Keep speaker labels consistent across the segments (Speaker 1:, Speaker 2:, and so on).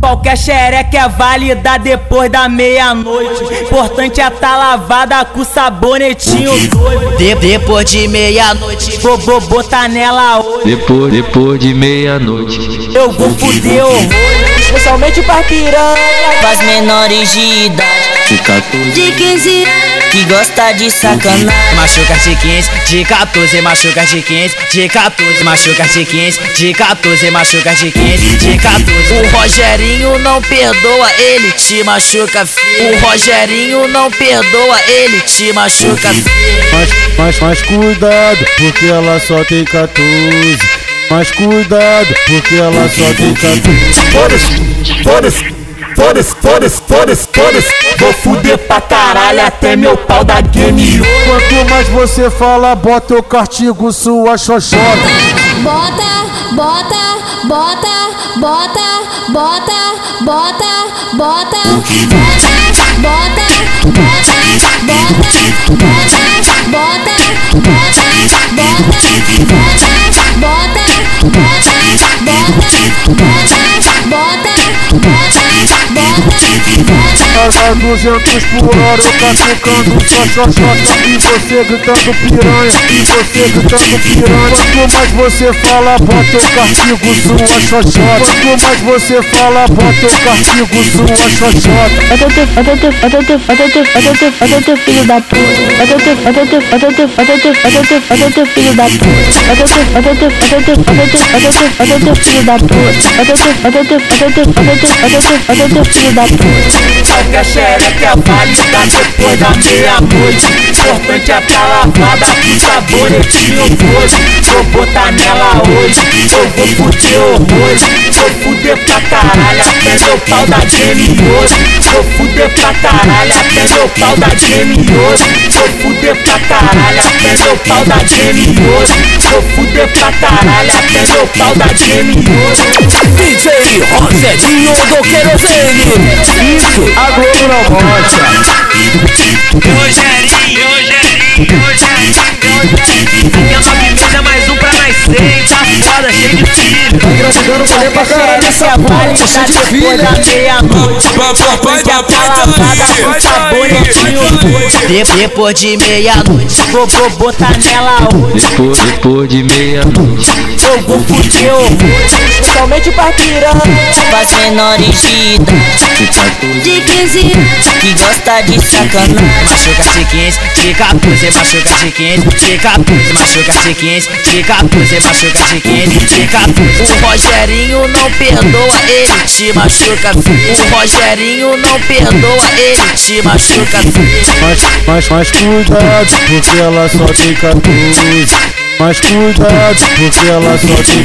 Speaker 1: Qualquer xereca é válida depois da meia-noite. Importante é tá lavada com sabonetinho doido.
Speaker 2: De- depois de meia-noite,
Speaker 1: Vou, vou botar nela hoje.
Speaker 3: Depois, depois de meia-noite.
Speaker 1: Eu vou fuder horror.
Speaker 4: Especialmente pra piranha.
Speaker 2: pras menores de idade
Speaker 3: De 14
Speaker 2: de 15 que gosta de sacanagem. Machuca de 15, de 14, machuca de 15, de 14, machuca de 15, de 14, machuca de 15, de 14. O Rogerinho não perdoa, ele te machuca, filho. O Rogerinho não perdoa, ele te machuca, filho.
Speaker 5: Mas, mas, mas cuidado, porque ela só tem 14. Mas cuidado, porque ela só tem 14.
Speaker 6: Foda-se, foda-se, foda-se, foda-se, foda-se, foda-se.
Speaker 1: Vou fuder pra caralho até meu pau da game.
Speaker 5: Quanto mais você fala, bota eu cartigo sua xoxota.
Speaker 7: bota, bota, bota, bota, bota, bota, bota, bota, bota, bota, bota, bota, bota, bota, bota, bota, bota, bota.
Speaker 5: A 200 por hora eu tá catucando sua xoxota. E você gritando piranha, e você gritando piranha. Quanto mais você fala, bota eu cartigo sua xoxota. Quanto mais você fala, bota eu cartigo sua xoxota.
Speaker 8: Olha o teu, olha o teu, olha o teu, olha o teu, olha o teu, olha o teu filho da puta. Olha o teu, olha o teu, olha o teu, olha o teu, olha o teu, olha o teu filho da puta. Olha o teu, olha o teu, olha o teu, olha o teu, olha o teu, olha o teu filho da puta. Olha o teu, olha o teu, olha o teu, olha o teu, olha o teu, olha o teu filho da puta.
Speaker 1: Qualquer xereca é válida depois da meia-noite. Importante é tá lavada com sabonetinho doido. Vou botar nela hoje. Eu vou fuder horrores. Vou fuder pra caralho até meu pau da game hoje. Vou fuder pra caralho até meu pau da game hoje. Vou fuder pra caralho até meu pau da game hoje. Vou fuder pra caralho até meu pau da game hoje.
Speaker 6: DJ Rosedinho do Querosene. Isso,
Speaker 5: A Globo não mostra.
Speaker 9: Rogerinho, Rogerinho, Rogerinho, Rogerinho. Daqui a nove meses é mais um pra nascer, hein? Tá foda, cheio de filho.
Speaker 6: engravidando mulher pra caralho
Speaker 1: Essa
Speaker 6: essa
Speaker 1: vale
Speaker 6: porra, cheio
Speaker 1: tá
Speaker 6: de
Speaker 1: depois da
Speaker 6: filha.
Speaker 1: meia-noite Papai, papai, lavada com sabonetinho
Speaker 2: De- depois de meia-noite.
Speaker 1: Vou, vou botar nela hoje
Speaker 3: Depois, depois de meia-noite.
Speaker 1: Eu vou fuder horrores
Speaker 4: Especialmente pra piranha.
Speaker 2: Pras menores de idade
Speaker 3: De 14
Speaker 2: de 15 que gosta de sacanagem. Machuca de 15, de 14, machuca de 15, de 14, machuca de 15, de 14, machuca de 15, de 14. O Rogerinho não perdoa, ele te machuca, filho. O Rogerinho não perdoa, ele te machuca, filho.
Speaker 5: Mas, mas, mas cuidado, porque ela só tem 14. Mas cuidado, porque ela só tem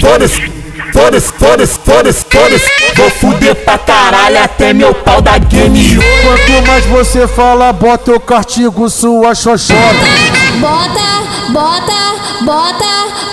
Speaker 6: Foda-se, foda-se, foda-se, foda-se, foda-se, foda-se.
Speaker 1: Vou fuder pra caralho até meu pau da game
Speaker 5: Quanto mais você fala, bota eu cartigo sua xoxota.
Speaker 7: bota, bota, bota,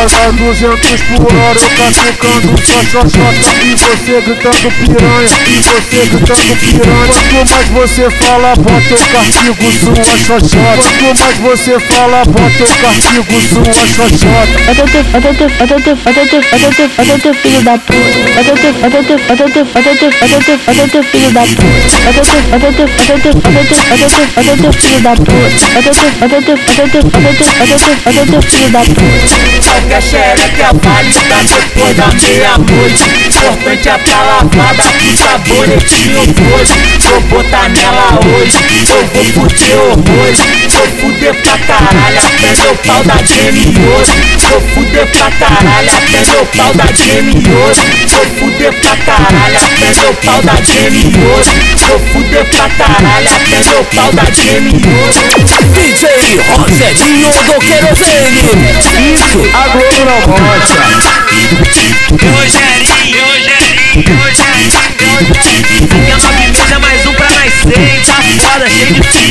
Speaker 5: A 200 por hora eu catucando sua xoxota. E você gritando piranha, e você gritando piranha. Quanto mais você fala, bota eu cartigo sua xoxota. Quanto mais você fala, bota eu cartigo sua xoxota.
Speaker 8: Olha o teu, olha o teu, olha o teu, olha o teu, olha o teu, olha o teu filho da puta. Olha o teu, olha o teu, olha o teu, olha o teu, olha o teu, olha o teu filho da puta. Olha o teu, olha o teu, olha o teu, olha o teu, olha o teu, olha o teu filho da puta. Olha o teu, olha o teu, olha o teu, olha o teu, olha o teu, olha o teu filho da puta.
Speaker 1: Qualquer xereca é válida depois da meia-noite Importante é tá lavada e com sabonetinho doido Vou botar nela hoje Eu vou fuder horrores Vou fuder pra caralho até meu pau da game hoje Vou fuder pra caralho até meu pau da game hoje Vou fuder pra caralho até meu pau da game hoje Vou fuder pra caralho até meu pau da game hoje
Speaker 6: DJ Rosedinho do Querosene. Isso,
Speaker 5: A Globo não mostra.
Speaker 9: Rogerinho, Rogerinho, Rogerinho, Rogerinho. Daqui a nove meses é mais um pra nascer, hein? Tá foda, cheio de filho.